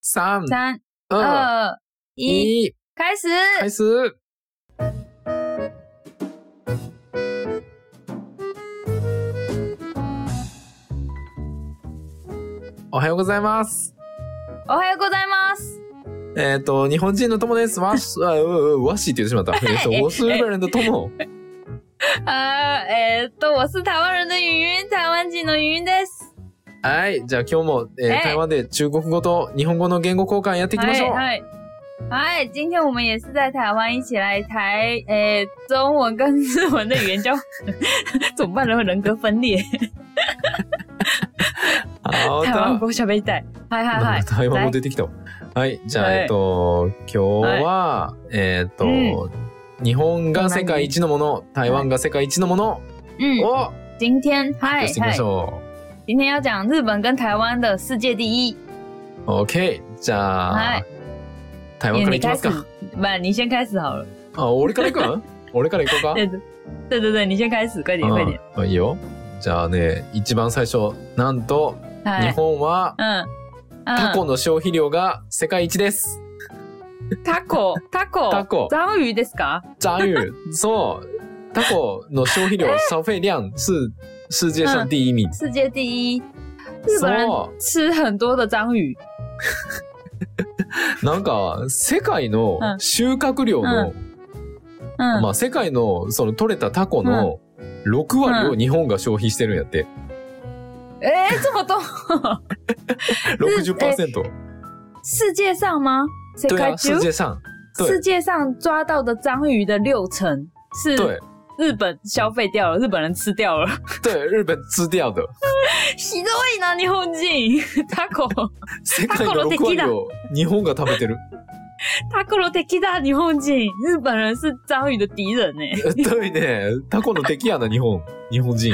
三、三、二、二、一，一，开始。嗯开始。おはようございます。おはようございます。えっ、と、日本人の友です。わし、あ、うううわしって言ってし まった。えっと、我是日本人的友。あー、えーっ呃哎と、我是台湾人的云云，台湾人の云云です。はい。じゃあ今日も、えーええ台湾で中国語と日本語の言語交換やっていきましょう。嗨嗨，今天我们也是在台湾一起来台诶、中文跟日文的语言交， 怎么办？人会人格分裂。好台湾的。語喋りたい。はいはいはまい。 た台湾も出てきたわ。はい。じゃあ、はいえっと、今日は、えっと、う日本が世界一のもの、台湾が世界一のもの嗯，を、今天嗨出していきま嗨し，ょ今天要讲日本跟台湾的世界第一。う。OK。じゃはあい、台湾から哎你いき开ます始か。，不，你先开始好了。あ、俺から行くん俺から行こうか。对对对对对，你先开始，快哦点快点。うんいいよ。じゃあね、一番最初、なんと、日嗨，本は嗯嗯，タコの消費量が世界一です。タコ、タコ、タコ章鱼ですか？章 鱼，そう、タコの消費量、消費量是世界上第一名。世界第一，日本人そ吃很多的章鱼。う、なんか世界のうん収穫量の、嗯，まあ世界のその取れたタコの6割を日本が消費してるんやって。哎、这么多， 60%。世界上吗？世对界啊、世中界上。世对界上抓到的章鱼的六成是对日本消费掉了，日本人吃掉了。 对，日本吃掉的。ひどいな日本人。タコ、世界の6割を日本が食べてる。タコの敵だ日本人。日本人是章鱼的敌人欸呢。 对ね。タコの敵やな、日本。日本人。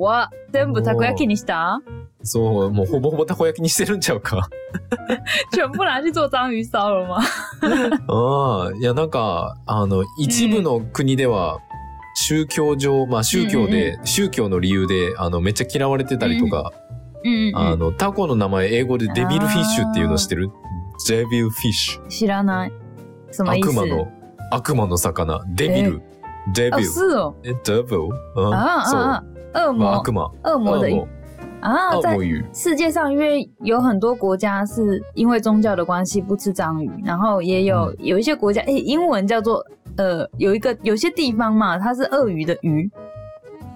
わ、全部たこ焼きにした？そう、もうほぼほぼたこ焼きにしてるんちゃうか。全部拿去做章鱼烧了吗？ああ、いや、なんか、あの、一部の国では、宗教上、まあ宗教で、宗教の理由で、あの、めっちゃ嫌われてたりとか、嗯あ嗯の、タコの名前、英語でデビルフィッシュっていうの知ってるデビルフィッシュ。嗯，知らない。什么意思？悪魔の、悪魔の魚。デビル。デ哦，ビル。嗯是哦，え、デビルうん啊そう。啊啊！恶まあ魔悪，魔。恶魔的恶啊，魔。在恶魔鱼。世界上，因为有很多国家是因为宗教的关系不吃章鱼，然后也有、嗯有一些国家，诶、英文叫做呃，有一个有些地方嘛，它是鳄鱼的鱼，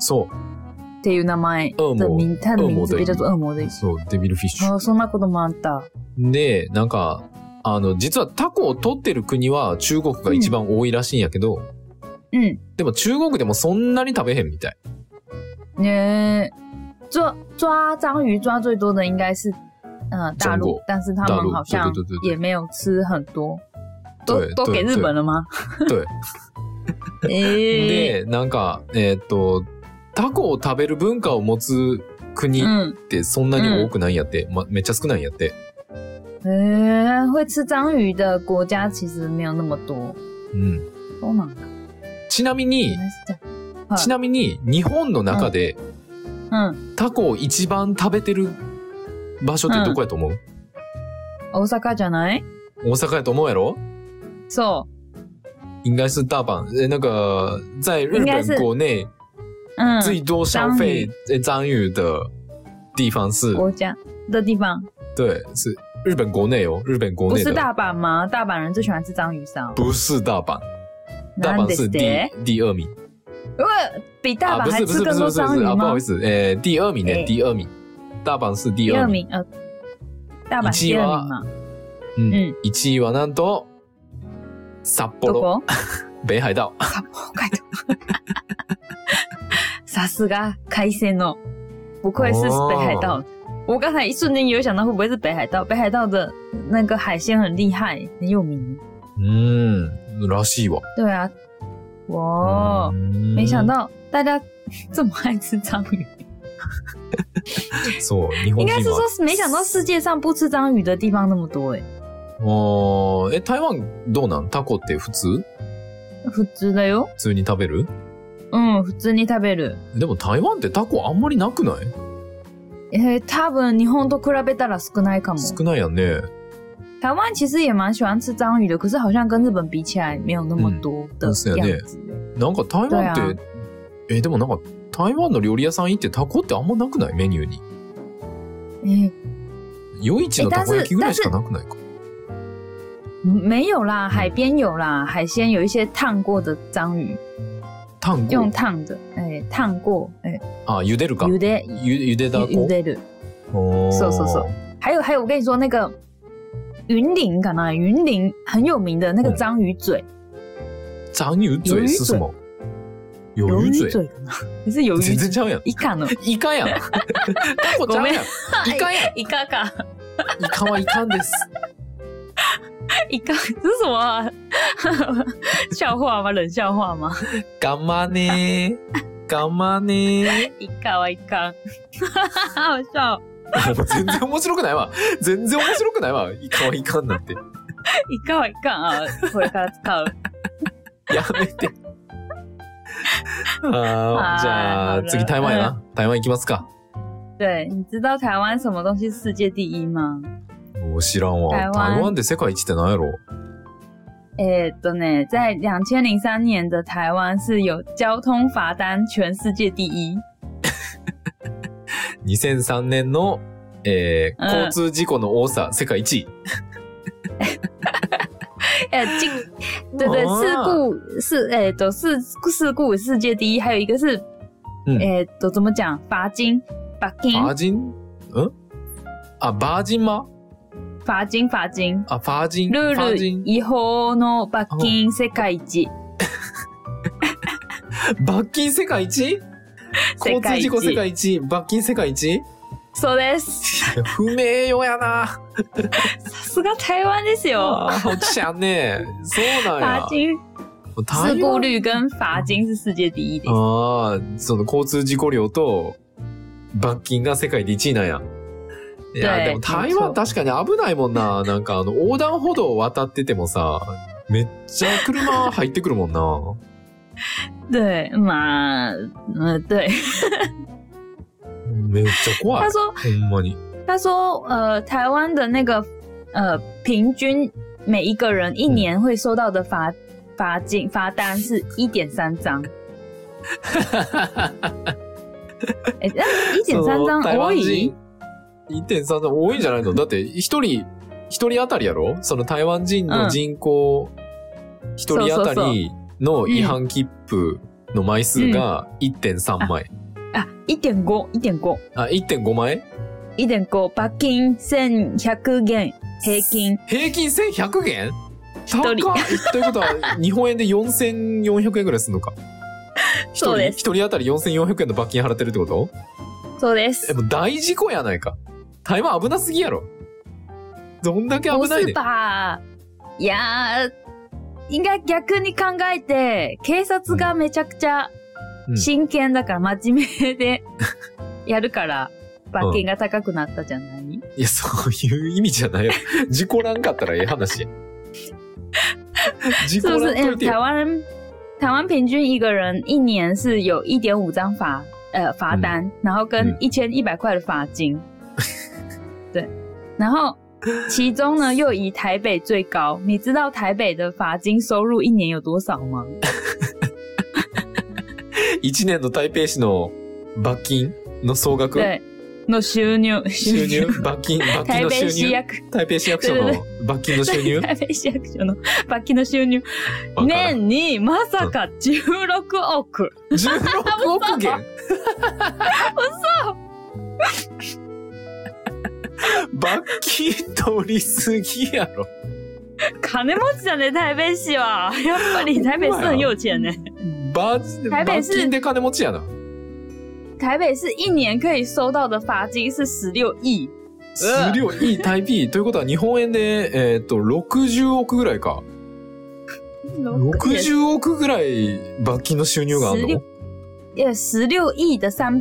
そっていう名前う。恶的魔。名，它的恶名字魔的鱼被叫做恶魔的鱼。そう、デビルフィッシュ。哦， そんなこともあった。で、なんか、あの、実はタコを取ってる国は中国が一番多いらしいんやけど、嗯，でも中国でもそんなに食べへんみたい。呃，抓抓章鱼抓最多的应该是呃大中陆国，但是他大们陆好像对对对对对也没有吃很多，都对都对给日对本了吗？ 对。 诶、で、なんか、えーっと、タコを食べる文化を持つ国っ嗯，てそんなに多くないんやって。ま、めっちゃ少ないんやって。诶、呃会吃章鱼的国家其实没有那么多，うん。都哪个？ちなみに原、来是这样。はいちなみに日本の中で嗯，タコを一番食べてる場所ってどこやと思う、大阪じゃない？大阪やと思うやろそう。应该是大阪。え、なんか、在日应该本是国内、嗯，最多消费呃章鱼的地方是，国家的地方对，是日本国内哦，日本国不内是的，大阪吗？大阪人最喜欢吃章鱼烧。不是大阪，大な阪んで第すして？第二名因为比大啊，阪不还是不是吃不更是多不是章不鱼是啊，不吗好意？思，呃，第二名呢哎，第二名，大阪是第第二二名，名，呃，大阪一第位二は名嘛。嗯嗯，一位はなんと札ど幌こ？北海道，さすが海鲜哦，不愧是北海道。我刚才一瞬间有想到会不会是北海道，北海道的那个海鲜很厉害，很有名。嗯，らしいわ。对啊，哇、哦，嗯没想到大家这么爱吃章鱼，そう日本应该人是说は。没想到世界上不吃章鱼的地方那么多哎。おーえ台湾どうなん？タコって普通？普通だよ。普通に食べる？うん、嗯普通に食べる。でも台湾ってタコあんまりなくないえー、多分日本と比べたら少ないかも。少ないやんね。台湾其实也蛮喜欢吃章鱼的，可是好像跟日本比起来没有那么多的うんそう样やね子。なんか台湾って、そうやえでもなんか台湾の料理屋さん行ってタコってあんまなくないメニューに。哎夜市のたこ焼きぐらいしかなくないか。没有啦，海边有啦，海鲜有一些烫过的章鱼，タン用ゴ。烫的，哎，烫过，哎，あ、茹でるか。有ゆ的茹でた有こ。的的。おーそうそうそう还有还有，我跟你说那个云林，干嘛？云林很有名的那个嗯章鱼嘴，残油鱿罪鱼すすも。鱿鱼鱼罪。嘴干嘛？你是鱿鱼全 嘴然ちゃうやん。一看哦，イカやん。タコちゃうやん。イカやん。 一嘎嘎，イカはイカんです。一嘎， 这是什么啊、笑话吗？冷笑话吗？ガマねー。ガマね一嘎哇一嘎， 好好笑哦，ー。もう全然面白くないわ。全然面白くないわ。イカはイカんなんて。一嘎哇一嘎啊！これから使う。 やめて。 あはーいじゃ好あ的次台湾やな。台湾行きますか。对，你知道台湾什么东西世界第一吗？お知らんわ。台台湾湾で世界一ってなんやろ哎，对呢，在两千零三年的台湾是有交通罚单全世界第一。 2003年の、えーうん交通事故の多さ世界一位。呃，经对对，哦事故是哎，都是事故世界第一，还有一个是嗯哎，都怎么讲？罚金，罚金，バージンんあ、バージンマ罚金，罚金。あ、バージン。ルバーールジン。 違法の罰金世界一。罰金世界一交通事故世界一罰金世界 一そうです。不名誉やな。さすが台湾ですよ。あー、落ちゃんね。そうなん罚や。金事哎台故湾嗯率跟罚金是世界第一です。ああ、その交通事故量と罰金が世界で1位なんや。いや、で对も台没湾错確かに危ないもんな。なんかあの、横断歩道を渡っててもさ、めっちゃ車入ってくるもんな。对，嘛，嗯，对。めっちゃ怖い他。说，ほんまに。他说，呃，台湾的那个呃，平均每一个人一年会收到的罚罚金罚单是一点 三张。哎、一点三そ张の台而湾已人。1.3だ多いんじゃないのだって一人、一人当たりやろその台湾人の人口、一人当たりの違反切符の枚数が1.3枚。啊，一点五，一点五，あ、1.5枚一点五，罰金千百元平均。平均1100元高人っということは、日本円で4400円ぐらいするの か。一そう人、で一す人当たり4400円の罰金払ってるってことそうでえ、す。もう大事故やないか。台湾危なすぎやろ。どんだけ不危ない是ねん。吧？いやー、应该逆に考えて、警察がめちゃくちゃうん真剣だから、真面目で やるから、罰金が高くなったじゃない、いや、そういう意味じゃないよ。 事故らんかったらええ話や。 事故是不らん是？と哎いて台よ。湾人，台湾平均一个人一年是有一点五张罚呃罚单，然后跟嗯一千一百块的罚 金，对，然后其中呢又以台北最高，你知道台北的罚金收入一年有多少吗？一年の台北市の罰金の総額对，の収入収入 罰金、罰金台の収北市入 役台北市役所对の对罰金の収 入台北市役所の罰金の収入わからん年にまさか16億 !16 億元罰金取りすぎやろ。金持ちだね台北市は やっぱり台北市很有钱ねバジで台北罰市金で金持ちやな。台北市一年可以收到的罚金是十六亿，数量いい台币。ということは日本円で、えーっと、60億ぐらいか。60億ぐらい罰金の収入があるの也十六亿的三，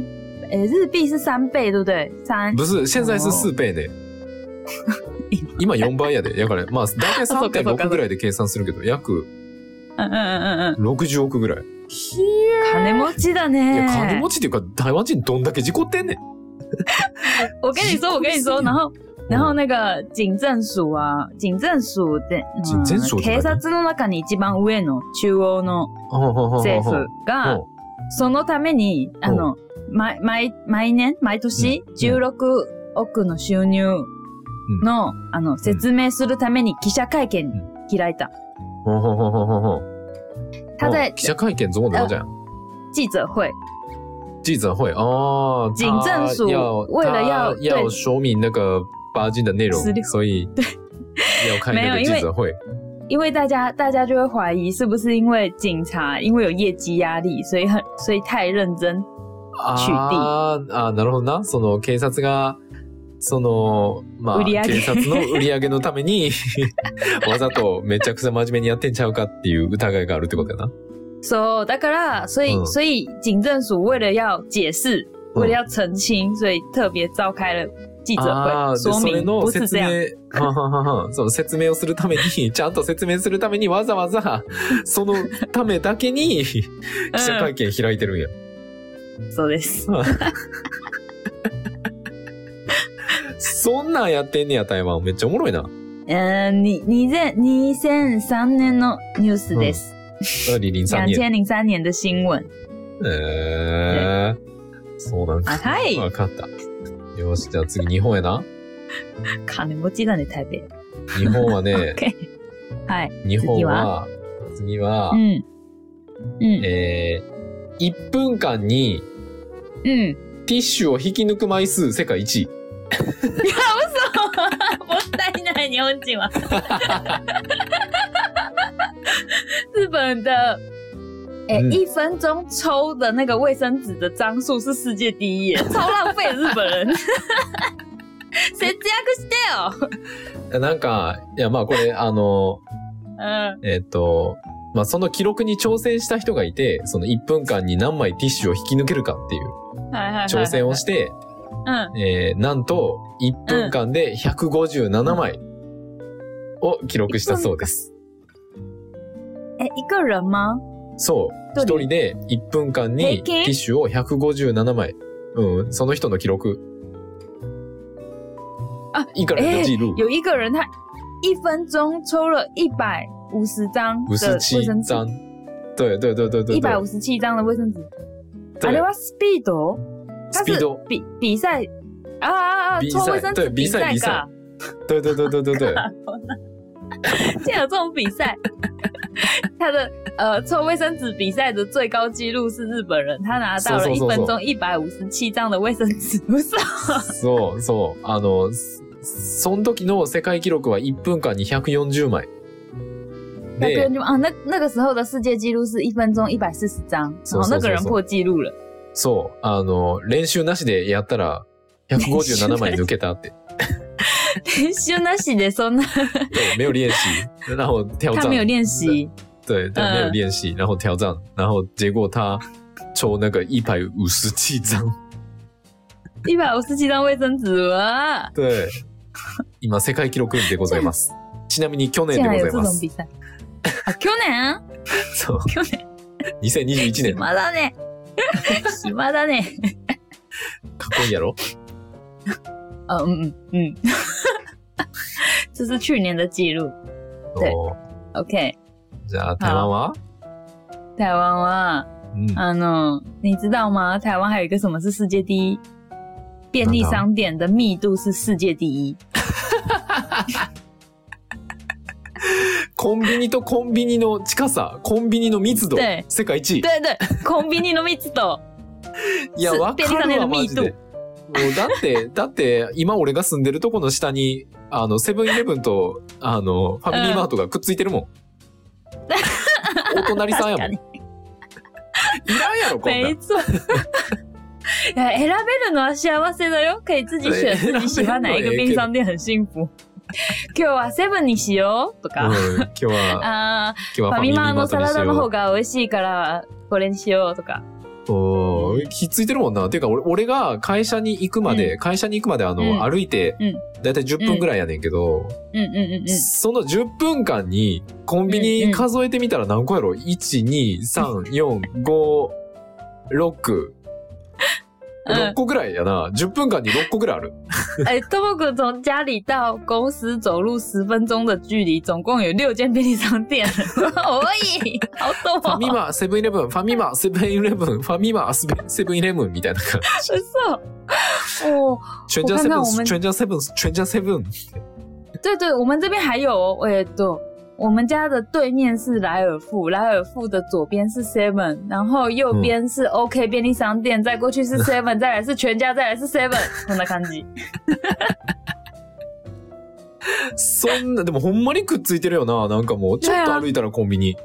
呃、日币是三倍，对不对？三不是、现在是数倍 で。今4倍やで。だから、まあ、大体そうかそうか3.6ぐらいで計算するけど、約嗯嗯嗯嗯嗯， 60億ぐらい。金持ちだいね。や、金持ちっていうか、台湾人どんだけ事故ってんねん。我跟你说，我跟你说，然后然后那个警政署啊，警政署で、うん警政署とかね警察の中に一番上の中央の政府が、そのために、あの、毎、毎、毎年、毎年、うん16億の収入の、あの、説明するために記者会見開いた。他在記者会見怎么怎么讲？记者会，记者会哦，警政署他要为了要他要对说明那个八禁的内容十六，所以对要看那没个有因记为者会。因为大家大家就会怀疑是不是因为警察因为有业绩压力，所以很所以太认真。取あーあーなるほどな。その警察が、その、まあ、売り上げ警察の売り上げのために、わざとめちゃくちゃ真面目にやってんちゃうかっていう疑いがあるってことやな。 so だから所以、嗯所以警政署为了要解释，嗯为了要澄清，所以特别召开了记者ああー、会，で说それ明の不是説这样。明、はんはんはんはんその説明をするため に、ちゃんと説明するためにわざわざ、そのためだけ に、 記者会見開いてるんや。そうです。そんなんやってんねや、台湾。めっちゃおもろいな。嗯，你你在你千三年のニュースです。リリンさん两に。千零三年的新闻。えー、そうなんあか。はいわかった。よし、じゃあ次日本やな。金持ちだね台北。日本はね、 OK。はい。日本は、次は、うん。うん。えー、1分間にうん。ティッシュを引き抜く枚数世界1位。 もったいない日本人は。 日本的，哎、嗯一分钟抽的那个卫生纸的张数是世界第 一耶，超浪费日本人。谁这样してよ？なんか、いやまあこれ、あの、嗯えっ、と、まあその記録に挑戦した人がいて、その1分間に何枚ティッシュを引き抜けるかっていうはいはいはいはい挑戦をして、嗯，えー、なんと1分間で157枚を記録したそうです。哎、一个人吗？そう。一一人人で1分間に平均ティッシュを157枚。うん、その人の記録。あ、いいからえー記録。有一个人他一分钟抽了一百五十张五的十卫七生纸，张。对对对对对一百对五。十七张的卫生纸。あれ对はスピード？它ス是ピード。比比赛啊啊啊！比抽卫赛生纸对比赛比赛噶，对对对对对对。竟然有这种比赛。 他的呃抽卫生纸比赛的最高纪录是日本人，他拿嗖到了嗖一嗖分嗖钟一百五十七张的卫生纸，不是？そうそう。あの、そその時の世界記録は1分間に140枚。那で个人，就啊，那那个时候的世界纪录是一分钟一百四十张，然嗖后那嗖个嗖人嗖破纪录了。そう。あの、練習なしでやったら157枚抜けたって。 練習なしでそんな对，没有练习，然后挑他战没。有练 习，对，但没有练习，然后挑战，然后结果他抽那个一百五十七张，一百五十七张卫生纸わ对，今世界記録でございます。ちなみに去ー。竟年然でござ有这いま种す。比赛。啊，去年？そう去年？ 2021年、か暇 だね。暇だね。っこいいやろ嗯嗯嗯，嗯 这是去年的记录。对おー OK，じゃあ、台湾は台湾はうん。あの，你知道吗？台湾还有一个什么是世界第一？便利商店的密度是世界第一。コンビニとコンビニの近さ、コンビニの密度对、世界一位。对对，コンビニの密 度。いや、すわか便利さんへるのわ、ミーマジで。もうだ って、だって、今俺が住んでるとこの下に、あの、セブンイレブンと、あの、ファミリーマートがくっついてるもん。お隣さんやもん。い確らんやろ、こんな没ん。错。 いや選べるのは幸せだよ。可以自己对选自己喜欢哪一个選べるのはええけど便利商店，很幸 福。今日はセブンにしようとうか、ん、今日は、あー今日はファファミミリーママーのトサにラしダの方よが美味しいからこれにしようとか。う。おーきっついてるもんな。ていうか、俺、俺が会社に行くまで、会社に行くまで、あの、う歩いてうん、だいたい10分ぐらいやねんけど、うんうんうんうん。その10分間に、コンビニ数えてみたら何個やろ ?1、2、3、4、5、6、 6個ぐらいやな。10分間に6個ぐら いある。哎，豆腐哥从家里到公司走路十分钟的距离，总共有六间便利商店。 哦咦，好逗ファ哦！ミマ、セブンイレブン、ファミマ、セブンイレブン、ファミマ、セブンセブンイレブンみたいな感じ。哦，全家セブ我看到我ン、们全家セブン、全家セブン。对对，我们这边还有哦，哎、对，我们家的对面是莱尔富，莱尔富的左边是 Seven，然后右边是嗯 OK 便利商店，再过去是 Seven，再来是全家，再来是 Seven，こんな感じ。そんな、でもほんまにくっついてるよな。なんかもう、ちょっと歩いたらコンビニ。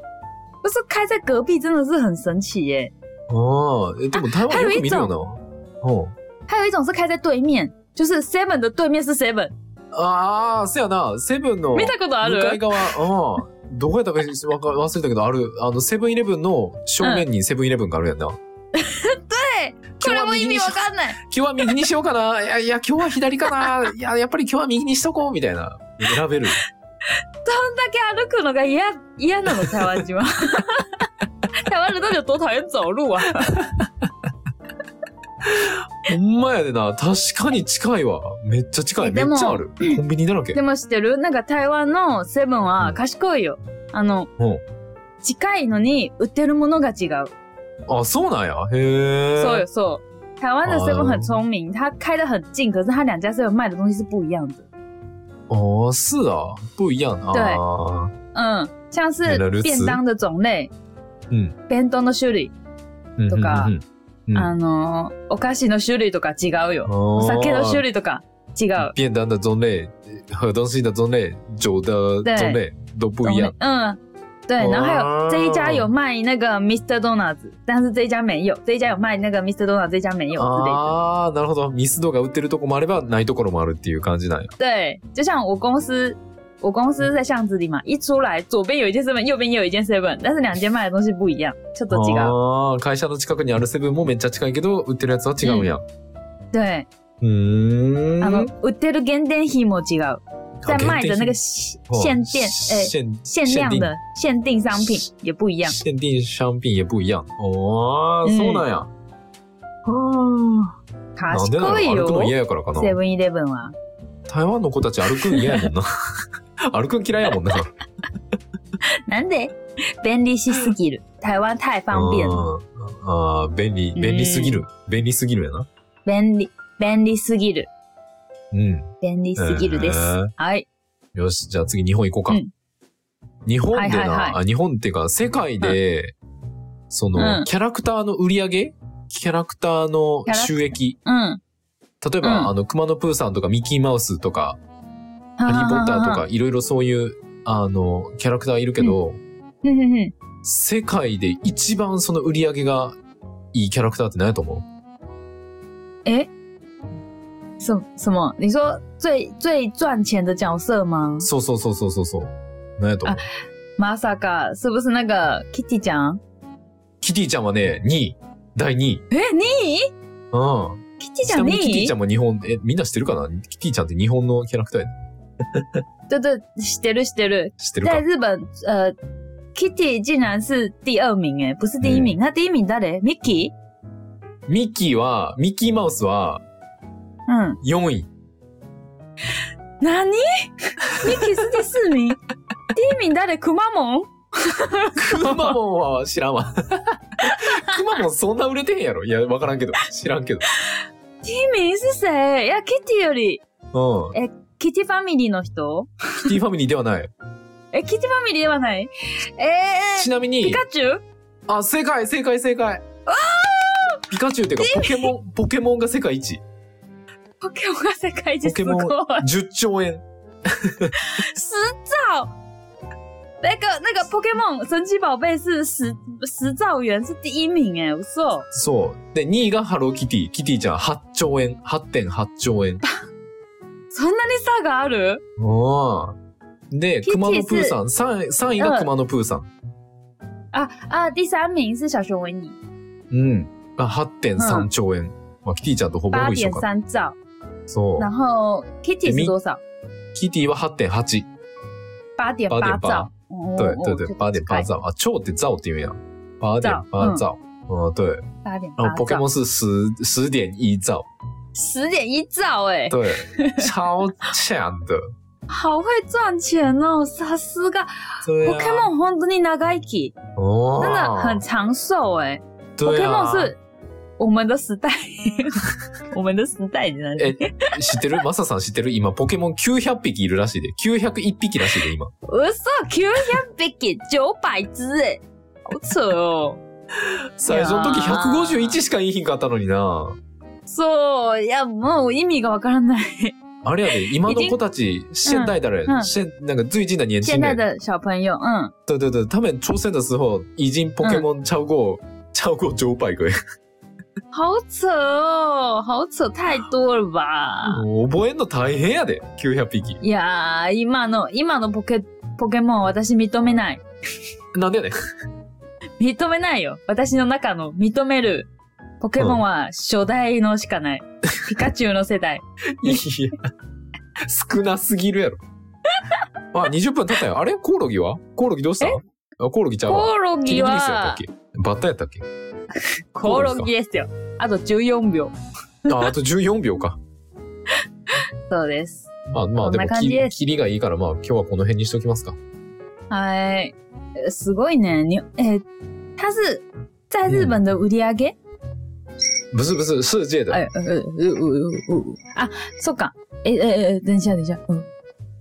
不是开在隔壁，真的是很神奇耶。ああ、え、でも台湾よく見るよな。うん。还有一种是开在对面，就是 Seven 的对面是 Seven，ああ、せやな、セブンの見向たことあかいる？側、うん。どこやったかわか忘れたけど、ある、あの、セブンイレブンの正面にセブンイレブンがあるやんな。これも意味わ今かんない。日は右にしようかな。いや、いや、今日は左かな。いや、やっぱり今日は右にしとこう、みたいな。選べる。どんだけ歩くのが嫌嫌なの台湾人は。 台湾人到底有多讨厌 走路啊？ほんまやでな、確かに近いわ。めっちゃ近い。えめでっもちゃある。コンビニだらけで。も知ってるなんか台湾のセブンうはん賢いよ。あのうん、近いのに売ってるものが違う。あ、そうなんや。へえ。そうよ、そう。台湾的哦 seven 很聪明，它开得很近，可是它两家 seven 卖的东西是不一样的。哦，是啊，不一样啊。对嗯，像是原来如此便当的种类，嗯，便当の種類、嗯とか嗯嗯嗯あのお菓子の種類とか違うよ。哦お酒の種類とか違う。便当的种 类、喝东西的种类、酒的对种类都不一样。嗯，对，然后还哦有这一家有卖那个 Mr. Donuts，但是这一家没有，这一家有卖那个 Mr. Donuts，这一家没有之类的。ああ、なるほど。ミスドが売ってるとこもあれば、ないところもあるっていう感じなんや。对，就像我公司，我公司在巷子里嘛，一出来左边有一间 seven，右边也有一间 seven，但是两间卖的东西不一样，就都几个。ああ、会社の近くにあるセブンもめっちゃ近いけど、売ってるやつは違うんや。对，うーん。あの売ってる限定品も違う，在卖的那个限限限定定哎品哦限限量定的限定商品也不一样。限定商品也不一样。哦、うんそうなんや。ああ。卡なん西でなの可以歩くの哟嫌やからかな。 ，seven eleven 啊，台湾の子たち歩くん嫌やも んな。歩くん嫌いやもんな。なんで？便利しすぎる。台湾太方便了。あーあー、便利、便利すぎる。便利すぎるやな。便利便利すぎる。うん。便利すぎるです。へはい。よし、じゃあ次日本行こうか。うん日本でな、はいはいはあ日本っていうか世界で、その、うんキャラクターの売り上げキャラクターの収益。うん。例えば、うんあの、熊野プーさんとかミッキーマウスとか、ハリーポッターとか、いろいろそういう、あの、キャラクターいるけど、ふんふんふん。世界で一番その売り上げがいいキャラクターって何やと思う哎，什什么？你说最最赚钱的角色吗？そうそうそうそうそうそう。何やと思う玛萨嘎是不是那个 Kitty 酱？キティちゃんはね、2位。第2位。哎，你うん。 Kitty ちな酱みにキティ你ちゃ？んも日本、え、みんな知ってるかなキティちゃんって日本のキャラクターや对对，知ってる知ってる。知ってるか在日本，呃，Kitty 竟然是第二名，哎，不是第一名。那第一名誰？Mickey？ミッキーは、ミッキーマウスは嗯， 4位。哪里？Mickey 是第四 名，第一名誰？库马蒙？くまモンは知らん わ。くまモンそんな売れてへんやろいや、わからんけど。知らんけ第一名是谁？要 Kitty よりど。うん。 Kitty Family の人？キティファミリーではない。え、キティファミリーではないえちなみー、ピに、カチュウあ、正解、正解、正解。ピカチュウっていうか、ポケモン、ポケモンが世界一。ポケモンが世界一ポケすモごンい。 10兆円。十兆那个那个 Pokemon 神奇宝贝是十十兆元是第一名哎，我说そう。で、2位がハローキティ。キティちゃん8兆円。8.8兆円。そんなに差がある？ああ。で、キティ熊野プーさん。3位、三位が熊野プーさん。啊啊，第三名是小熊维尼，うん。が8.3兆円。まあ、キティちゃんとほぼほ八ぼ一緒点かな。三兆，そ然后 Kitty 诶咪是多少？う。キティは8.8。八点八8.8兆。对对对，八点八兆。兆啊，兆って兆って言うんや。八点八兆。哦，对，八点然八后 Pokemon 兆，是十十点一兆，十点一兆哎、 对，超强的，好会赚钱哦，さすが对啊。 Pokemon 本当に長生き，哦，真的很长寿哎、对啊 Pokemon 是我们的时代， 我们的时代真的。え、知ってるマサさん知ってる今、ポケモン900匹いるらしいで。901匹らしいで、今。我说 Q 要被给九百只哎，好扯哦。 最初の時いやー151しかいいひんかったのにな。そういやもう意味がわからない。あれや で、今の子たち、现代的人嗯嗯，现那个最近的年轻现在人，的小朋友，嗯，对对对，他们出生的时候已经 Pokemon 超过超过九百个，好扯哦，好扯太多了吧？覚えんの大変やで、900匹。いやー今の今のポケポケモン私認めないなんでやねん。認めないよ私の中の認めるポケモンは初代のしかない、ピカチュウの世代 いや、少なすぎるやろ。あ、20分経ったよ。あれコオロギはコオロギどうしたえあコオロギちゃうわ。コオロキリギギリスやったっはけバッタやったっけコオロギですよあと14秒あ、あと14秒か。そうですまあまあ、でこもんな感じキでリ、すキリがいいから、まあ今日はこの辺にしときますか。はいえすごいねにえー它是在日本的売り上げ、不是不是、世界的。哎呃呃呃呃呃あ、そっか。え、え、え、等一下、等一下。うん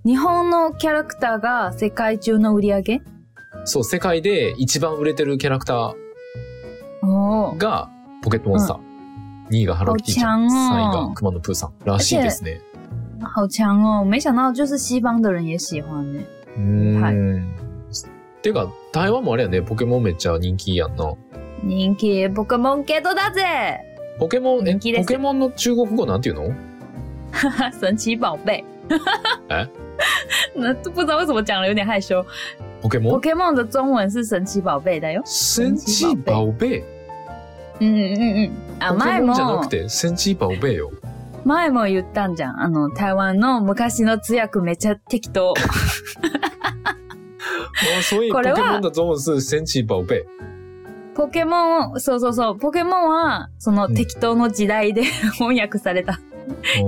日本のキャラクターが世界中の売り上げそう、世界で一番売れてるキャラクタおーーがポケットモンスター。2位がハローキティちゃん。3好強位哦がクマのプーさん。らしいですね。好强哦！没想到就是西方的人也喜欢呢。うーはいん。ていうか、台湾もあれやね、ポケモンめっちゃ人気やんな。人気ポケモンゲットだぜ！ポケモン、え、人気ですポケモンの中国語なんていうの哈， 神奇宝贝。哎 那不知道为什么讲了有点害羞。ポケモン Pokemon 的中文是神奇宝贝的哟。センチバオベイ。嗯嗯嗯嗯。あ、ポケ前モンもじゃなくて、センチバオベイ よ。前も言ったんじゃん。あの、台湾の昔の通訳めっちゃ適 当。あそういうポこれケはモンだと思うセンチバオベイ。ポケモンを、そうそうそう、ポケモンは、そのうん適当の時代で 翻訳された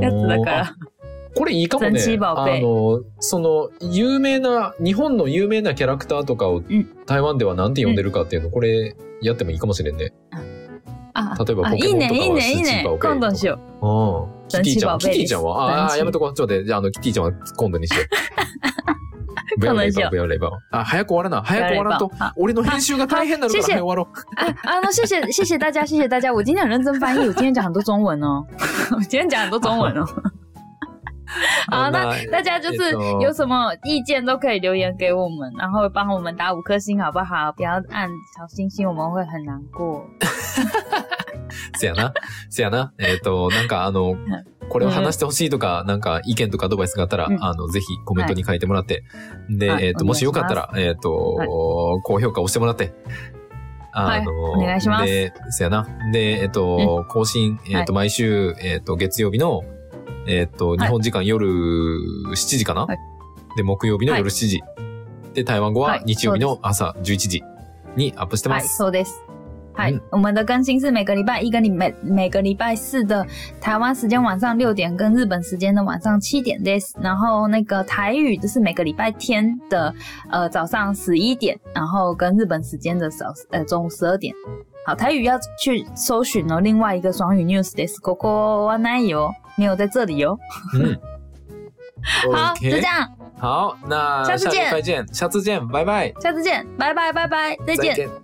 やつだかあら。これいいかもね。ザンジーバーあペイの、その、有名な、日本の有名なキャラクターとかをん台湾ではなんて呼んでるかっていうの、これやってもいいかもしれんね。あ、例えばあポいケいモンね、とかいいはね、いいスーねパーオ。ペイ今度にしようん。キテザンィジちーゃん、バーキペイティちゃんは、あザあ、ンジーやめとこう。ちょっと待って、じゃあ、あの、キティちゃんは今度にして。 ブヤ今度レにしバようブヤレバ。あ、早く終わらな。う。早く終わらんと。好俺の編集が大変になるからあシェシェ早く終わろ啊啊！那谢谢谢谢大家，谢谢大家。我今天很认真翻译，我今天讲很多中文哦， 我今天讲很多中文哦。う。好，那哦な大家就是有什么意见都可以留言给我们，然后帮我们打五颗星好不好？不要按小星星，我们会很难过。せやな。せやな。えっ、と、なんかあの、これを話してほしいとか、なんか意見とかアドバイスがあったら、うんあの、ぜひコメントに書いてもらって。で、はいえっ、と、お願もいしますしよかったら、えっ、と、はい高評価を押してもらって。はいお願いしますで、せやな。で、えっ、と、更新、えっ、と、毎週、えっ、と、月曜日の、えっ、と、い日本時間夜7時かな、はいで、木曜日のはい夜7時。で、台湾語ははい日曜日の朝11時にアップして嗨ます。 ，So this。嗨嗯，我们的更新是每个礼拜一跟你每每个礼拜四的台湾时间晚上六点，跟日本时间的晚上七点 this。然后那个台语就是每个礼拜天的呃早上十一点，然后跟日本时间的早呃中午十二点。好，台语要去搜寻哦。另外一个双语 news this，ここはないよ，没有在这里哟。 好，就 OK 这样，好，那下次下礼见拜见，下次见，拜拜，下次见，拜拜拜拜，再见。见。